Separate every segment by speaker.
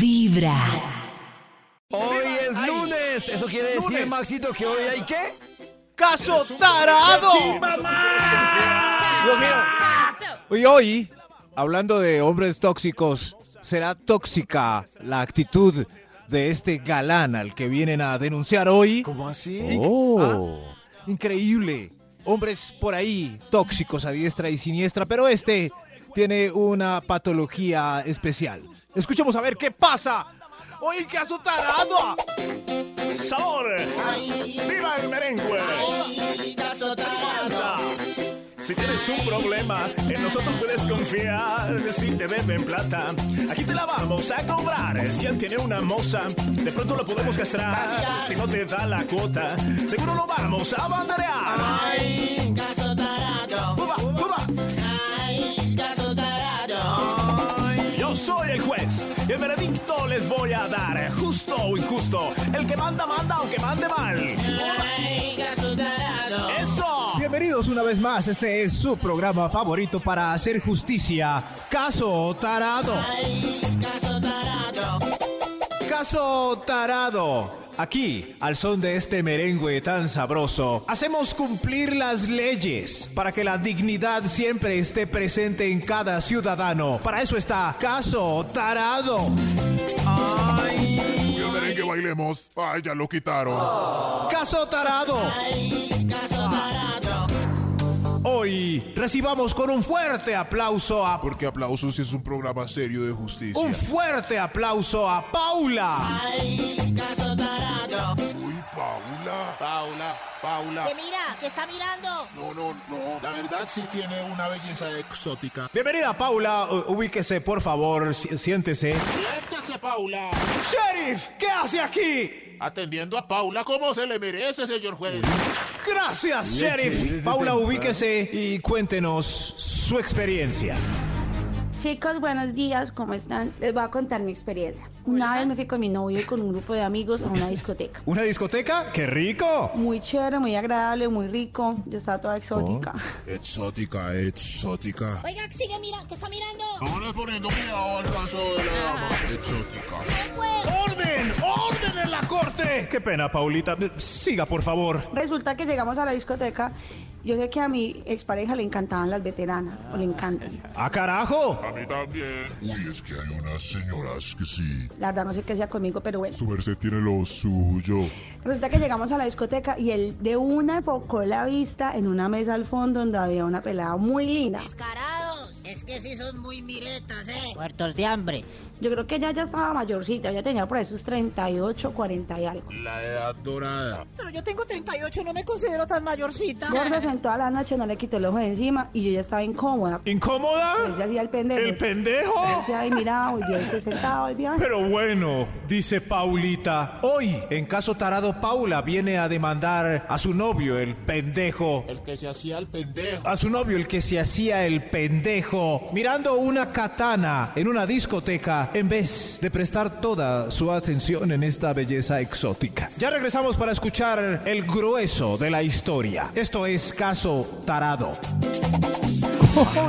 Speaker 1: Vibra.
Speaker 2: Hoy es lunes. Eso quiere decir,
Speaker 3: Lunes.
Speaker 2: Maxito, que hoy hay qué?
Speaker 3: ¡Caso tarado! Dios mío.
Speaker 4: Y hoy, hablando de hombres tóxicos, será tóxica la actitud de este galán al que vienen a denunciar hoy.
Speaker 2: ¿Cómo así?
Speaker 4: Ah, increíble. Hombres por ahí tóxicos a diestra y siniestra, pero este tiene una patología especial. Escuchemos a ver qué pasa.
Speaker 3: ¡Oye, caso tarado!
Speaker 5: sabor. ¡Viva el merengue! Adivinanza. Si tienes un problema, en nosotros puedes confiar. Si te deben plata, aquí te la vamos a cobrar. Si él tiene una moza, de pronto lo podemos castrar. Si no te da la cuota, seguro lo vamos a banderear. ¡Ay, caso tarado! ¡Uba, uba! Yo soy el juez y el veredicto les voy a dar, justo o injusto. El que manda, manda, aunque mande mal. ¡Eso!
Speaker 4: Bienvenidos una vez más. Este es su programa favorito para hacer justicia. Caso Tarado. Caso Tarado. Aquí, al son de este merengue tan sabroso, hacemos cumplir las leyes para que la dignidad siempre esté presente en cada ciudadano. Para eso está Caso Tarado.
Speaker 6: Y el merengue bailemos. Ay, ya lo quitaron.
Speaker 4: Caso Tarado. Hoy recibamos con un fuerte aplauso a
Speaker 6: Porque aplausos si es un programa serio de justicia.
Speaker 4: Un fuerte aplauso a Paula.
Speaker 6: Uy, Paula. Paula, Paula.
Speaker 7: Que mira, que está mirando.
Speaker 6: No, no, no. La verdad sí tiene una belleza exótica.
Speaker 4: Bienvenida, Paula. U- Ubíquese, por favor. Si- Siéntese.
Speaker 8: Siéntese, Paula.
Speaker 3: ¡Sheriff! ¿Qué hace aquí?
Speaker 8: Atendiendo a Paula como se le merece, señor juez.
Speaker 4: Gracias, sheriff. Paula, ubíquese y cuéntenos su experiencia.
Speaker 9: Chicos, buenos días, ¿cómo están? Les voy a contar mi experiencia. Una vez me fui con mi novio y con un grupo de amigos a una discoteca.
Speaker 4: ¿Una discoteca? ¡Qué rico!
Speaker 9: Muy chévere, muy agradable, muy rico. Yo estaba toda exótica.
Speaker 6: Oh. Exótica, exótica.
Speaker 7: Oiga, que sigue, mira, que está mirando.
Speaker 6: No le poniendo cuidado al caso de la dama. Exótica.
Speaker 7: Pues,
Speaker 3: ¡Orden! ¡Orden en la corte!
Speaker 4: Qué pena, Paulita. Siga, por favor.
Speaker 9: Resulta que llegamos a la discoteca. Yo sé que a mi expareja le encantaban las veteranas, o le encantan.
Speaker 4: ¡A carajo!
Speaker 6: Uy, es que hay unas señoras que sí.
Speaker 9: La verdad no sé qué sea conmigo, pero bueno.
Speaker 6: Su merced tiene lo suyo.
Speaker 9: Resulta que llegamos a la discoteca y él de una enfocó la vista en una mesa al fondo donde había una pelada muy linda.
Speaker 7: descarados. Es que sí son muy miretas, eh.
Speaker 10: Muertos de hambre.
Speaker 9: Yo creo que ella ya estaba mayorcita, ella tenía por ahí sus 38, 40 y algo.
Speaker 6: La edad dorada.
Speaker 10: Pero yo tengo 38, no me considero tan mayorcita.
Speaker 9: Gordo en toda la noche, no le quitó el ojo de encima y yo ya estaba incómoda. Él se
Speaker 3: ¿Incómoda?
Speaker 9: hacía el pendejo.
Speaker 3: ¿El pendejo?
Speaker 9: Él se ahí miraba, volvía, él se sentaba, volvía.
Speaker 4: Pero bueno, dice Paulita. Hoy, en caso tarado, Paula viene a demandar a su novio, el pendejo,
Speaker 8: El que se hacía el pendejo.
Speaker 4: a su novio el que se hacía el pendejo mirando una katana en una discoteca en vez de prestar toda su atención en esta belleza exótica. Ya regresamos para escuchar el grueso de la historia. Esto es caso tarado.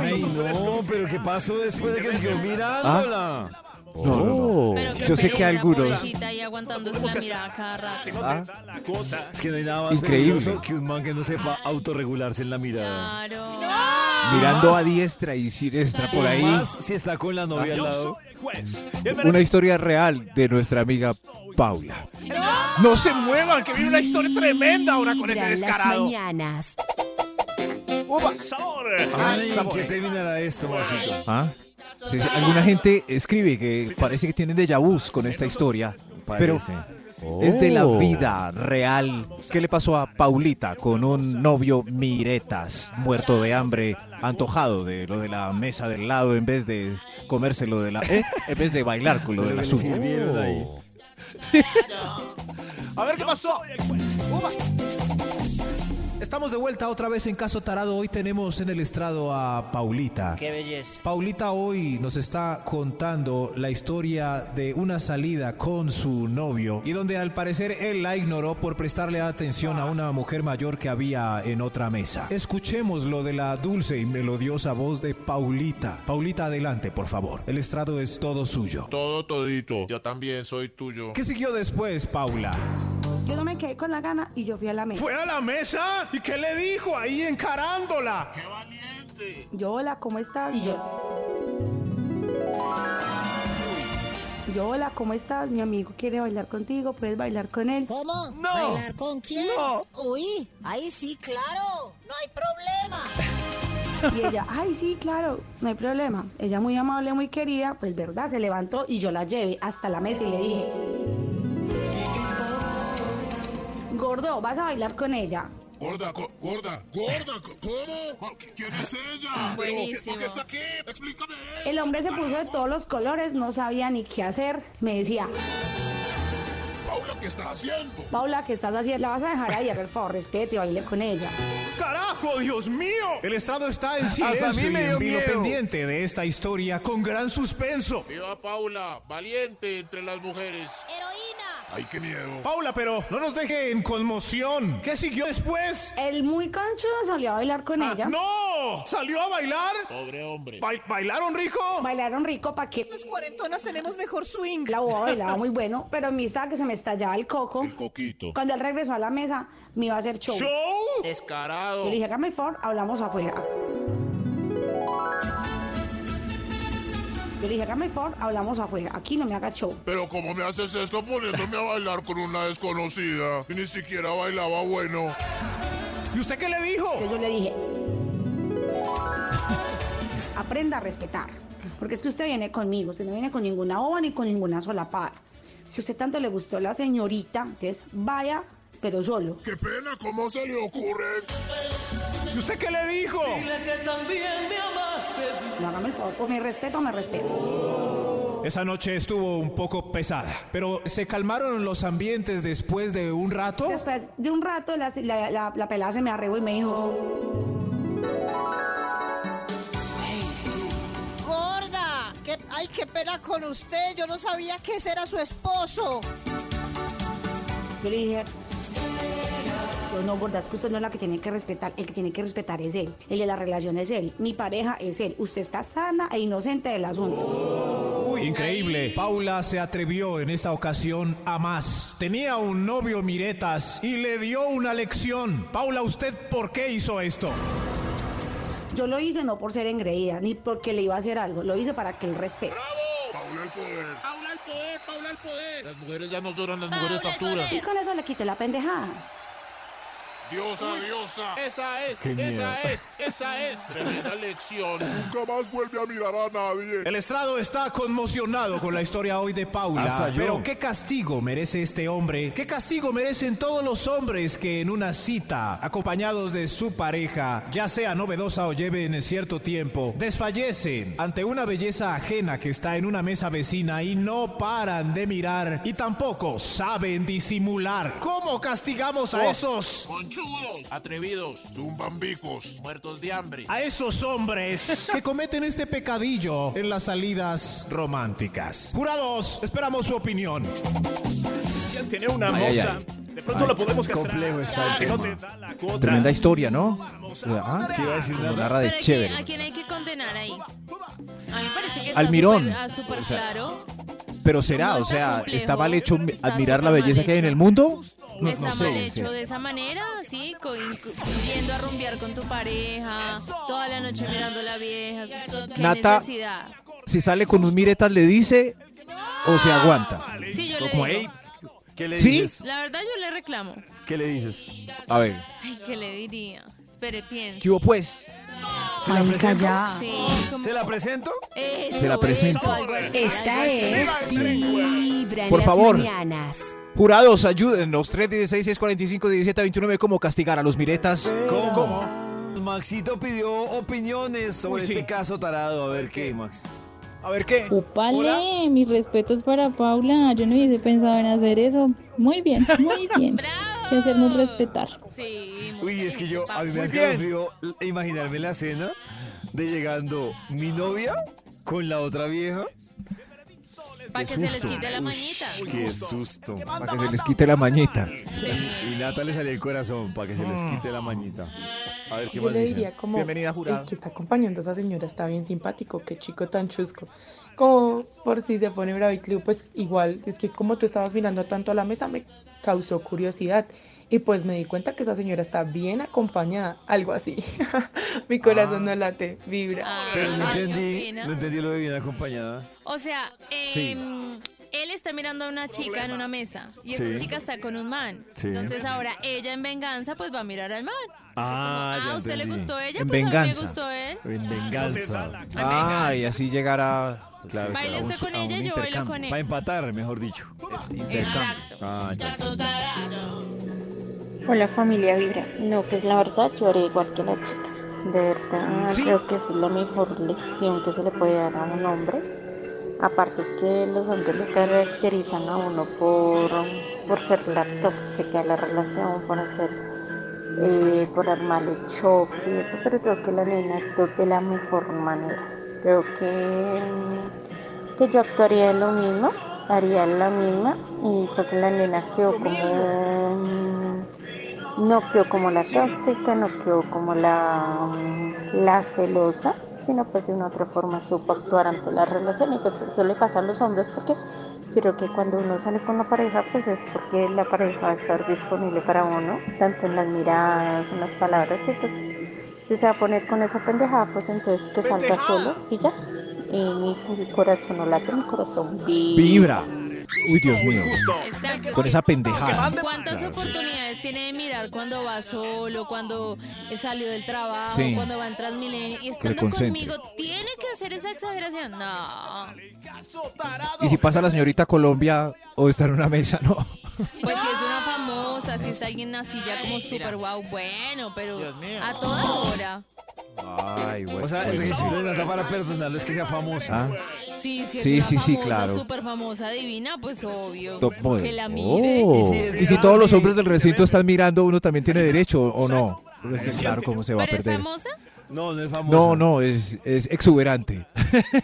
Speaker 2: Ay, no, pero ¿qué pasó después de que se quedó mirándola?
Speaker 4: Ah.
Speaker 2: Oh.
Speaker 4: Yo sé que algunos
Speaker 11: Y aguantándose la mirada cada rato.
Speaker 2: Ah. Es que no hay nada más
Speaker 4: Increíble.
Speaker 2: peligroso que un man que no sepa autorregularse en la mirada.
Speaker 11: Claro.
Speaker 4: mirando a diestra y siniestra por ahí,
Speaker 2: Más si está con la novia al
Speaker 5: Yo
Speaker 2: lado.
Speaker 5: soy el juez y el
Speaker 4: una
Speaker 5: veredicto
Speaker 4: historia real de nuestra amiga Paula.
Speaker 3: ¡No se muevan! Que viene una historia tremenda ahora con ese
Speaker 1: Vibra en las
Speaker 3: descarado.
Speaker 1: mañanas.
Speaker 5: sabor.
Speaker 2: Ay, ¿en qué terminará esto, Maxito?
Speaker 4: ¿Ah? Sí, sí, alguna gente escribe que parece que tienen déjà vu con esta historia, pero es de la
Speaker 2: Oh.
Speaker 4: vida real. ¿Qué le pasó a Paulita con un novio miretas, muerto de hambre, antojado de lo de la mesa del lado en vez de comérselo de la... ¿eh? en vez de bailar con lo de la suya?
Speaker 2: Sirvieron ahí.
Speaker 3: A ver qué pasó.
Speaker 4: Estamos de vuelta otra vez en Caso Tarado. Hoy tenemos en el estrado a Paulita.
Speaker 1: Qué belleza.
Speaker 4: Paulita hoy nos está contando la historia de una salida con su novio y donde al parecer él la ignoró por prestarle atención a una mujer mayor que había en otra mesa. Escuchemos lo de la dulce y melodiosa voz de Paulita. Paulita, adelante, por favor. El estrado es todo suyo.
Speaker 8: Todo todito. Yo también soy tuyo.
Speaker 4: ¿Qué siguió después, Paula?
Speaker 9: Yo no me quedé con la gana y yo fui a la mesa.
Speaker 3: ¿Fue a la mesa? ¿Y qué le dijo ahí encarándola?
Speaker 9: Yo, hola, ¿cómo estás? Y yo. Yo, hola, ¿cómo estás? Mi amigo quiere bailar contigo, puedes bailar con él.
Speaker 7: ¿Cómo?
Speaker 9: No.
Speaker 7: ¿Bailar con quién?
Speaker 9: No.
Speaker 7: Uy, ahí sí, claro. No hay problema.
Speaker 9: Y ella, ay, sí, claro, no hay problema. Ella muy amable, muy querida, pues verdad, se levantó y yo la llevé hasta la mesa y le dije. Gordo, vas a bailar con ella.
Speaker 6: Gorda, go- gorda, gorda, co- ¿cómo? ¿Qui- ¿Quién es ella? ¿Pero qué- ¿Por qué está aquí? Explícame.
Speaker 9: El hombre se puso de todos los colores, no sabía ni qué hacer. Me decía,
Speaker 6: Paula, ¿qué está haciendo?
Speaker 9: Paula, ¿qué estás haciendo? La vas a dejar ahí, por favor, respete y baile con ella.
Speaker 3: ¡Carajo, Dios mío!
Speaker 4: El estrado está en
Speaker 3: Hasta a mí
Speaker 4: silencio
Speaker 3: me
Speaker 4: y
Speaker 3: dio
Speaker 4: en vilo
Speaker 3: miedo.
Speaker 4: pendiente de esta historia con gran suspenso.
Speaker 8: Viva Paula, valiente entre las mujeres.
Speaker 7: Heroína.
Speaker 8: Ay, qué miedo.
Speaker 4: Paula, pero no nos deje en conmoción. ¿Qué siguió después?
Speaker 9: El muy concho salió a bailar con
Speaker 4: Ah,
Speaker 9: ella.
Speaker 3: ¡No! ¿Salió a bailar?
Speaker 8: Pobre hombre.
Speaker 3: Ba- ¿Bailaron rico?
Speaker 9: Bailaron rico, ¿pa' qué?
Speaker 10: Los cuarentonas tenemos mejor swing.
Speaker 9: La boba bailaba muy bueno, pero a mí estaba que se me estallaba el coco.
Speaker 6: El coquito. ¡Oh!
Speaker 9: Cuando él regresó a la mesa, me iba a hacer show.
Speaker 3: ¿Show?
Speaker 8: Descarado.
Speaker 9: Yo le dije, hágame el favor, hablamos afuera. Yo le dije, hágame el favor, hablamos afuera. Aquí no me haga show.
Speaker 6: Pero ¿cómo me haces esto poniéndome a bailar con una desconocida? Y ni siquiera bailaba bueno.
Speaker 3: ¿Y usted qué le dijo?
Speaker 9: Entonces yo le dije, aprenda a respetar. Porque es que usted viene conmigo, usted no viene con ninguna ova ni con ninguna solapada. Si usted tanto le gustó la señorita, entonces vaya, pero solo.
Speaker 6: ¡Qué pena! ¿Cómo se le ocurre?
Speaker 3: ¿Y usted qué le dijo?
Speaker 9: No, hágame el favor, o me respeto o me respeto.
Speaker 4: Esa noche estuvo un poco pesada, pero se calmaron los ambientes después de un rato.
Speaker 9: Después de un rato, la, la- la- la pelada se me arrebó y me dijo,
Speaker 10: Gorda. qué- ay, qué pena con usted. Yo no sabía que ese era su esposo.
Speaker 9: yo le dije, yo, no, gorda, es que usted no es la que tiene que respetar, el que tiene que respetar es él, el de la relación es él, mi pareja es él, usted está sana e inocente del asunto.
Speaker 4: Increíble. Paula se atrevió en esta ocasión a más. Tenía un novio Miretas y le dio una lección. Paula, ¿usted por qué hizo esto?
Speaker 9: Yo lo hice no por ser engreída, ni porque le iba a hacer algo, lo hice para que él respete.
Speaker 6: Paula el poder.
Speaker 8: Paula al poder, Paula al poder. Las mujeres ya no lloran, las mujeres
Speaker 11: Paula al
Speaker 8: facturan.
Speaker 9: Y con eso le quité la pendejada.
Speaker 6: Diosa, diosa.
Speaker 8: Esa es,
Speaker 2: Qué miedo.
Speaker 8: esa es, esa es. Tremenda lección.
Speaker 6: Nunca más vuelve a mirar a nadie.
Speaker 4: El estrado está conmocionado con la historia hoy de Paula.
Speaker 2: Hasta yo.
Speaker 4: Pero ¿qué castigo merece este hombre? ¿Qué castigo merecen todos los hombres que en una cita, acompañados de su pareja, ya sea novedosa o lleven cierto tiempo, desfallecen ante una belleza ajena que está en una mesa vecina y no paran de mirar y tampoco saben disimular? ¿Cómo castigamos
Speaker 2: Oh.
Speaker 4: a esos?
Speaker 8: Conchudos, atrevidos,
Speaker 6: Zumbambicos.
Speaker 8: muertos de hambre.
Speaker 4: A esos hombres que cometen este pecadillo en las salidas románticas. Jurados, esperamos su opinión.
Speaker 5: Si tiene una
Speaker 4: Ay, ay,
Speaker 5: moza,
Speaker 4: ay.
Speaker 5: de pronto lo podemos castrar.
Speaker 2: complejo está el
Speaker 5: Si no te
Speaker 2: tema.
Speaker 5: da la cuota,
Speaker 4: Tremenda historia, ¿no? Ah,
Speaker 2: ¿Qué iba a decir
Speaker 4: lo
Speaker 2: nada?
Speaker 4: narra de
Speaker 11: Pero ¿a quién-
Speaker 4: chévere.
Speaker 11: ¿a quién hay que condenar ahí? A mí me parece que está
Speaker 4: Almirón.
Speaker 11: súper- ah, súper
Speaker 4: O sea,
Speaker 11: claro.
Speaker 4: Pero será,
Speaker 11: No
Speaker 4: o
Speaker 11: está
Speaker 4: sea,
Speaker 11: complejo,
Speaker 4: ¿está mal hecho
Speaker 11: está
Speaker 4: admirar la
Speaker 11: súper mal
Speaker 4: belleza que hay en
Speaker 11: hecho.
Speaker 4: el mundo? No,
Speaker 11: está
Speaker 4: no
Speaker 11: mal
Speaker 4: sé.
Speaker 11: hecho de esa manera, sí, Co- inclu- yendo a rumbear con tu pareja, toda la noche mirando a la vieja. ¿Qué
Speaker 4: Nata-
Speaker 11: necesidad?
Speaker 4: Si sale con un miretas, ¿le dice o se aguanta?
Speaker 11: Sí, yo le
Speaker 2: Como,
Speaker 11: digo.
Speaker 2: "Ey, ¿Qué le
Speaker 4: ¿Sí?
Speaker 2: dices?
Speaker 11: La verdad yo le reclamo.
Speaker 2: ¿Qué le dices?
Speaker 4: A ver,
Speaker 11: Ay, ¿qué le diría? Espere,
Speaker 4: ¿qué
Speaker 11: piense.
Speaker 4: hubo pues?
Speaker 10: Marica, ya.
Speaker 11: Sí, como-
Speaker 2: Ah. Oh, ¿Se la presento?
Speaker 11: Eso,
Speaker 4: Se la presento.
Speaker 11: eso, algo así, algo
Speaker 12: Esta
Speaker 11: así.
Speaker 12: es Vibra en
Speaker 4: Por
Speaker 12: las
Speaker 4: favor.
Speaker 12: mañanas.
Speaker 4: Jurados, ayúdennos. 316-645-1729. ¿Cómo castigar a los miretas?
Speaker 2: ¿Cómo? Maxito pidió opiniones sobre este caso tarado. A ver qué, Max.
Speaker 4: A ver qué.
Speaker 2: Eh,
Speaker 13: Upale, mis respetos para Paula. Yo no hubiese pensado en hacer eso. Muy bien, muy bien.
Speaker 11: ¡Bravo!
Speaker 7: que hacernos respetar.
Speaker 11: Sí,
Speaker 14: Uy, es que yo, a mí me
Speaker 11: Muy
Speaker 14: escalofrío imaginarme la escena de llegando mi novia con la otra vieja.
Speaker 11: Para
Speaker 14: Qué
Speaker 11: que se les
Speaker 14: susto.
Speaker 11: quite la
Speaker 14: Uy,
Speaker 11: mañita.
Speaker 14: Qué susto.
Speaker 2: Para que se les quite la mañita.
Speaker 14: Y Nata le salió el corazón para que se
Speaker 4: Mm.
Speaker 14: les quite la mañita. A ver qué
Speaker 13: Yo
Speaker 14: más
Speaker 13: le
Speaker 14: dicen.
Speaker 13: diría como el que está acompañando a esa señora está bien simpático, qué chico tan chusco. Como por si se pone bravo y club, pues igual, es que como tú estabas mirando tanto a la mesa, me causó curiosidad. Y pues me di cuenta que esa señora está bien acompañada, algo así. Mi corazón
Speaker 14: Ah.
Speaker 13: no late, vibra.
Speaker 15: Ah.
Speaker 14: Pero no
Speaker 11: Ay, qué
Speaker 14: entendí,
Speaker 11: pena.
Speaker 14: no entendí lo de bien acompañada.
Speaker 11: O sea,
Speaker 14: Sí.
Speaker 11: em, él está mirando a una chica en una mesa y esa
Speaker 14: Sí.
Speaker 11: chica está con un man.
Speaker 14: Sí.
Speaker 11: Entonces ahora ella en venganza pues va a mirar al man.
Speaker 14: Ah,
Speaker 11: Ah, ¿a usted le gustó ella?
Speaker 2: En
Speaker 11: pues a mí me
Speaker 2: venganza.
Speaker 11: gustó él.
Speaker 14: En venganza.
Speaker 2: Ah, y así llegará claro,
Speaker 11: Baile
Speaker 2: a un-
Speaker 11: usted con
Speaker 2: a un
Speaker 11: ella, yo bailo
Speaker 2: intercambio.
Speaker 11: con él.
Speaker 14: Para empatar, mejor dicho.
Speaker 11: Exacto.
Speaker 14: Ah, ya.
Speaker 16: Hola familia Vibra. No, pues la verdad lloré igual que la chica. De verdad,
Speaker 15: Sí.
Speaker 16: creo que esa es la mejor lección que se le puede dar a un hombre. Aparte que los hombres lo caracterizan a uno por, por ser la tóxica de la relación, por hacer, eh, por armarle chops y eso, pero creo que la niña actuó de la mejor manera. Creo que, mm, que yo actuaría lo mismo, haría la misma y creo que la nena quedó como... mm, no quedó como la tóxica, no quedó como la, mm, la celosa, sino pues de una otra forma supo actuar ante la relación y pues eso le pasa a los hombres porque creo que cuando uno sale con la pareja pues es porque la pareja va a estar disponible para uno, tanto en las miradas, en las palabras y pues si se va a poner con esa pendejada pues entonces que salga solo y ya. Y mi, mi corazón no late, mi corazón
Speaker 2: Vibra. Uy, Dios mío.
Speaker 11: Exacto,
Speaker 2: Con
Speaker 11: sí.
Speaker 2: esa pendejada.
Speaker 11: ¿Cuántas oportunidades tiene de mirar cuando va solo, cuando salió del trabajo,
Speaker 2: Sí.
Speaker 11: cuando va en Transmilenio? Y
Speaker 2: le
Speaker 11: estando
Speaker 2: concentre.
Speaker 11: conmigo, ¿tiene que hacer esa exageración? No.
Speaker 2: Y si pasa la señorita Colombia o está en una mesa, no.
Speaker 11: Pues si es una famosa, si es alguien así ya como super wow, bueno, pero a toda hora.
Speaker 2: Ay, Ah, bueno.
Speaker 14: O sea, el requisito de Nata para perdonarlo es que sea
Speaker 4: Ah.
Speaker 14: famosa.
Speaker 11: Sí, sí, es
Speaker 2: Sí,
Speaker 11: una
Speaker 2: sí, sí,
Speaker 11: famosa,
Speaker 2: claro.
Speaker 11: super famosa, divina, pues obvio.
Speaker 2: Top model.
Speaker 11: Que la
Speaker 2: Oh.
Speaker 11: mire.
Speaker 2: Y si todos los hombres del recinto están mirando, uno también tiene derecho o no. Pues es claro cómo se va a
Speaker 11: ¿Pero es
Speaker 2: perder.
Speaker 11: famosa?
Speaker 14: No, no es famosa.
Speaker 2: No, no, es, es exuberante.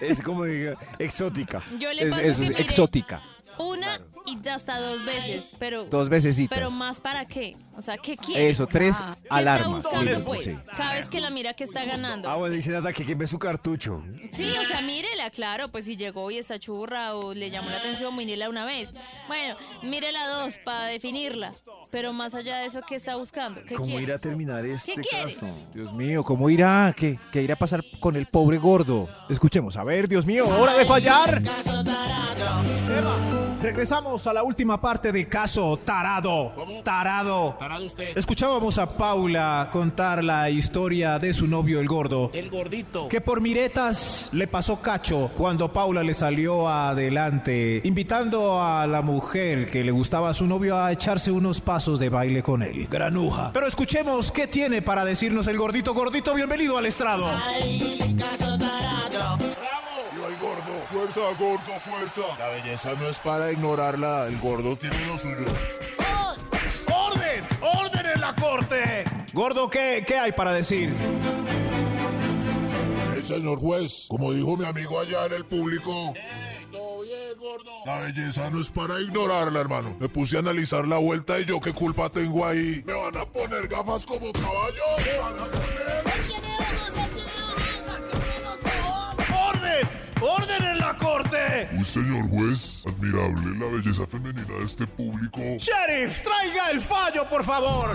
Speaker 14: Es como eh, exótica.
Speaker 11: Yo le
Speaker 2: Es,
Speaker 11: paso
Speaker 2: es
Speaker 11: que mire
Speaker 2: exótica.
Speaker 11: Una y hasta dos veces, pero...
Speaker 2: Dos vecesitas.
Speaker 11: Pero más para qué, o sea, ¿qué quiere?
Speaker 2: Eso, tres
Speaker 11: ¿Qué
Speaker 2: alarmas.
Speaker 11: está buscando,
Speaker 2: Listo,
Speaker 11: pues?
Speaker 2: sí.
Speaker 11: Cada vez que la mira que está ganando.
Speaker 14: Ah, bueno, dice Nata que queme su cartucho.
Speaker 11: Sí, o sea, mírela, claro, pues si llegó y está churra o le llamó la atención, mírela una vez. Bueno, mírela dos para definirla, pero más allá de eso, ¿qué está buscando? ¿Qué
Speaker 14: ¿Cómo
Speaker 11: quiere?
Speaker 14: irá a terminar este
Speaker 11: quiere?
Speaker 14: caso?
Speaker 2: Dios mío, ¿cómo irá? ¿Qué, ¿Qué irá a pasar con el pobre gordo? Escuchemos, a ver, Dios mío, hora de fallar.
Speaker 4: Eva, regresamos a la última parte de Caso Tarado. Tarado. Escuchábamos a Paula contar la historia de su novio el gordo.
Speaker 17: El gordito.
Speaker 4: Que por miretas le pasó cacho cuando Paula le salió adelante, invitando a la mujer que le gustaba a su novio a echarse unos pasos de baile con él. Granuja. Pero escuchemos qué tiene para decirnos el gordito. Gordito, bienvenido al estrado.
Speaker 6: Viva el gordo. Fuerza, gordo, fuerza. La belleza no es para ignorarla. El gordo tiene lo suyo.
Speaker 4: ¡Orden! ¡Orden en la corte! Gordo, ¿qué, qué hay para decir?
Speaker 6: El señor juez, como dijo mi amigo allá en el público,
Speaker 8: Eh,
Speaker 6: la belleza no es para ignorarla, hermano. Me puse a analizar la vuelta y yo qué culpa tengo ahí. Me van a poner gafas como caballo. Me van a
Speaker 4: ¡Orden! ¡Orden en la corte!
Speaker 6: Un señor juez, admirable la belleza femenina de este público.
Speaker 4: ¡Sheriff! ¡Traiga el fallo, por favor!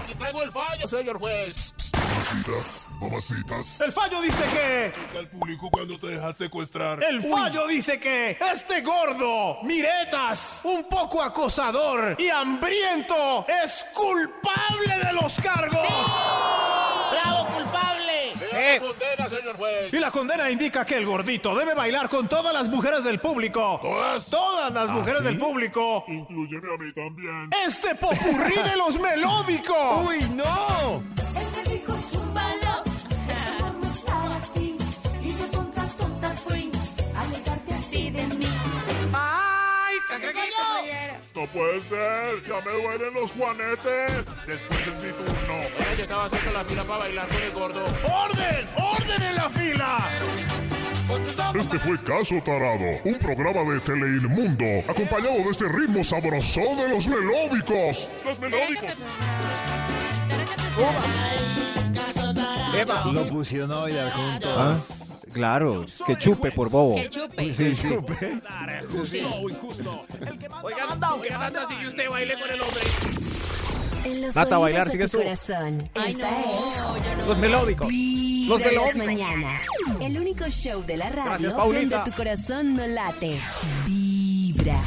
Speaker 17: Aquí traigo el fallo, señor juez.
Speaker 6: Mamacitas, mamacitas.
Speaker 4: El fallo dice que.
Speaker 6: El público cuando te dejas secuestrar.
Speaker 4: El fallo dice que este gordo, miretas, un poco acosador y hambriento es culpable de los cargos.
Speaker 17: ¡Bravo, culpable!
Speaker 4: Eh.
Speaker 17: ¡Eh! condena, señor juez!
Speaker 4: Y la condena indica que el gordito debe bailar con todas las mujeres del público.
Speaker 6: ¿Todas?
Speaker 4: Todas las
Speaker 6: ¿Ah,
Speaker 4: mujeres
Speaker 6: sí?
Speaker 4: del público.
Speaker 6: Incluyeme a mí también.
Speaker 4: Este popurrí de los melódicos.
Speaker 14: ¡Uy, no!
Speaker 15: Tonta fui, alejarte así de mí.
Speaker 17: ¡Ay!
Speaker 15: ¡Te
Speaker 6: No puede ser, ya me duelen los juanetes. Después es mi turno.
Speaker 18: Yo estaba haciendo la fila para bailar con el gordo.
Speaker 19: ¡Orden! ¡Orden en la fila!
Speaker 6: Este fue Caso Tarado, un programa de Teleinmundo, acompañado de este ritmo sabroso de los melódicos.
Speaker 19: Los melódicos.
Speaker 11: Eva. Lo pusieron a bailar
Speaker 2: Ah,
Speaker 11: juntos.
Speaker 2: claro, que chupe por bobo.
Speaker 20: Que chupe.
Speaker 2: Sí, sí.
Speaker 18: Justo o injusto. Oigan, ¿qué tanto así que usted baile con el hombre?
Speaker 12: En los
Speaker 2: Nata,
Speaker 12: oídos
Speaker 2: bailar,
Speaker 12: de
Speaker 2: sigues
Speaker 12: tu
Speaker 2: tú.
Speaker 12: corazón.
Speaker 20: Ay,
Speaker 12: Esta
Speaker 20: no, yo no.
Speaker 12: es...
Speaker 2: Los melódicos.
Speaker 12: Vibra
Speaker 2: Los
Speaker 12: en las
Speaker 2: melódicos.
Speaker 12: mañanas. El único show de la radio
Speaker 2: Gracias,
Speaker 12: donde
Speaker 2: Paulita.
Speaker 12: tu corazón no late. Vibra.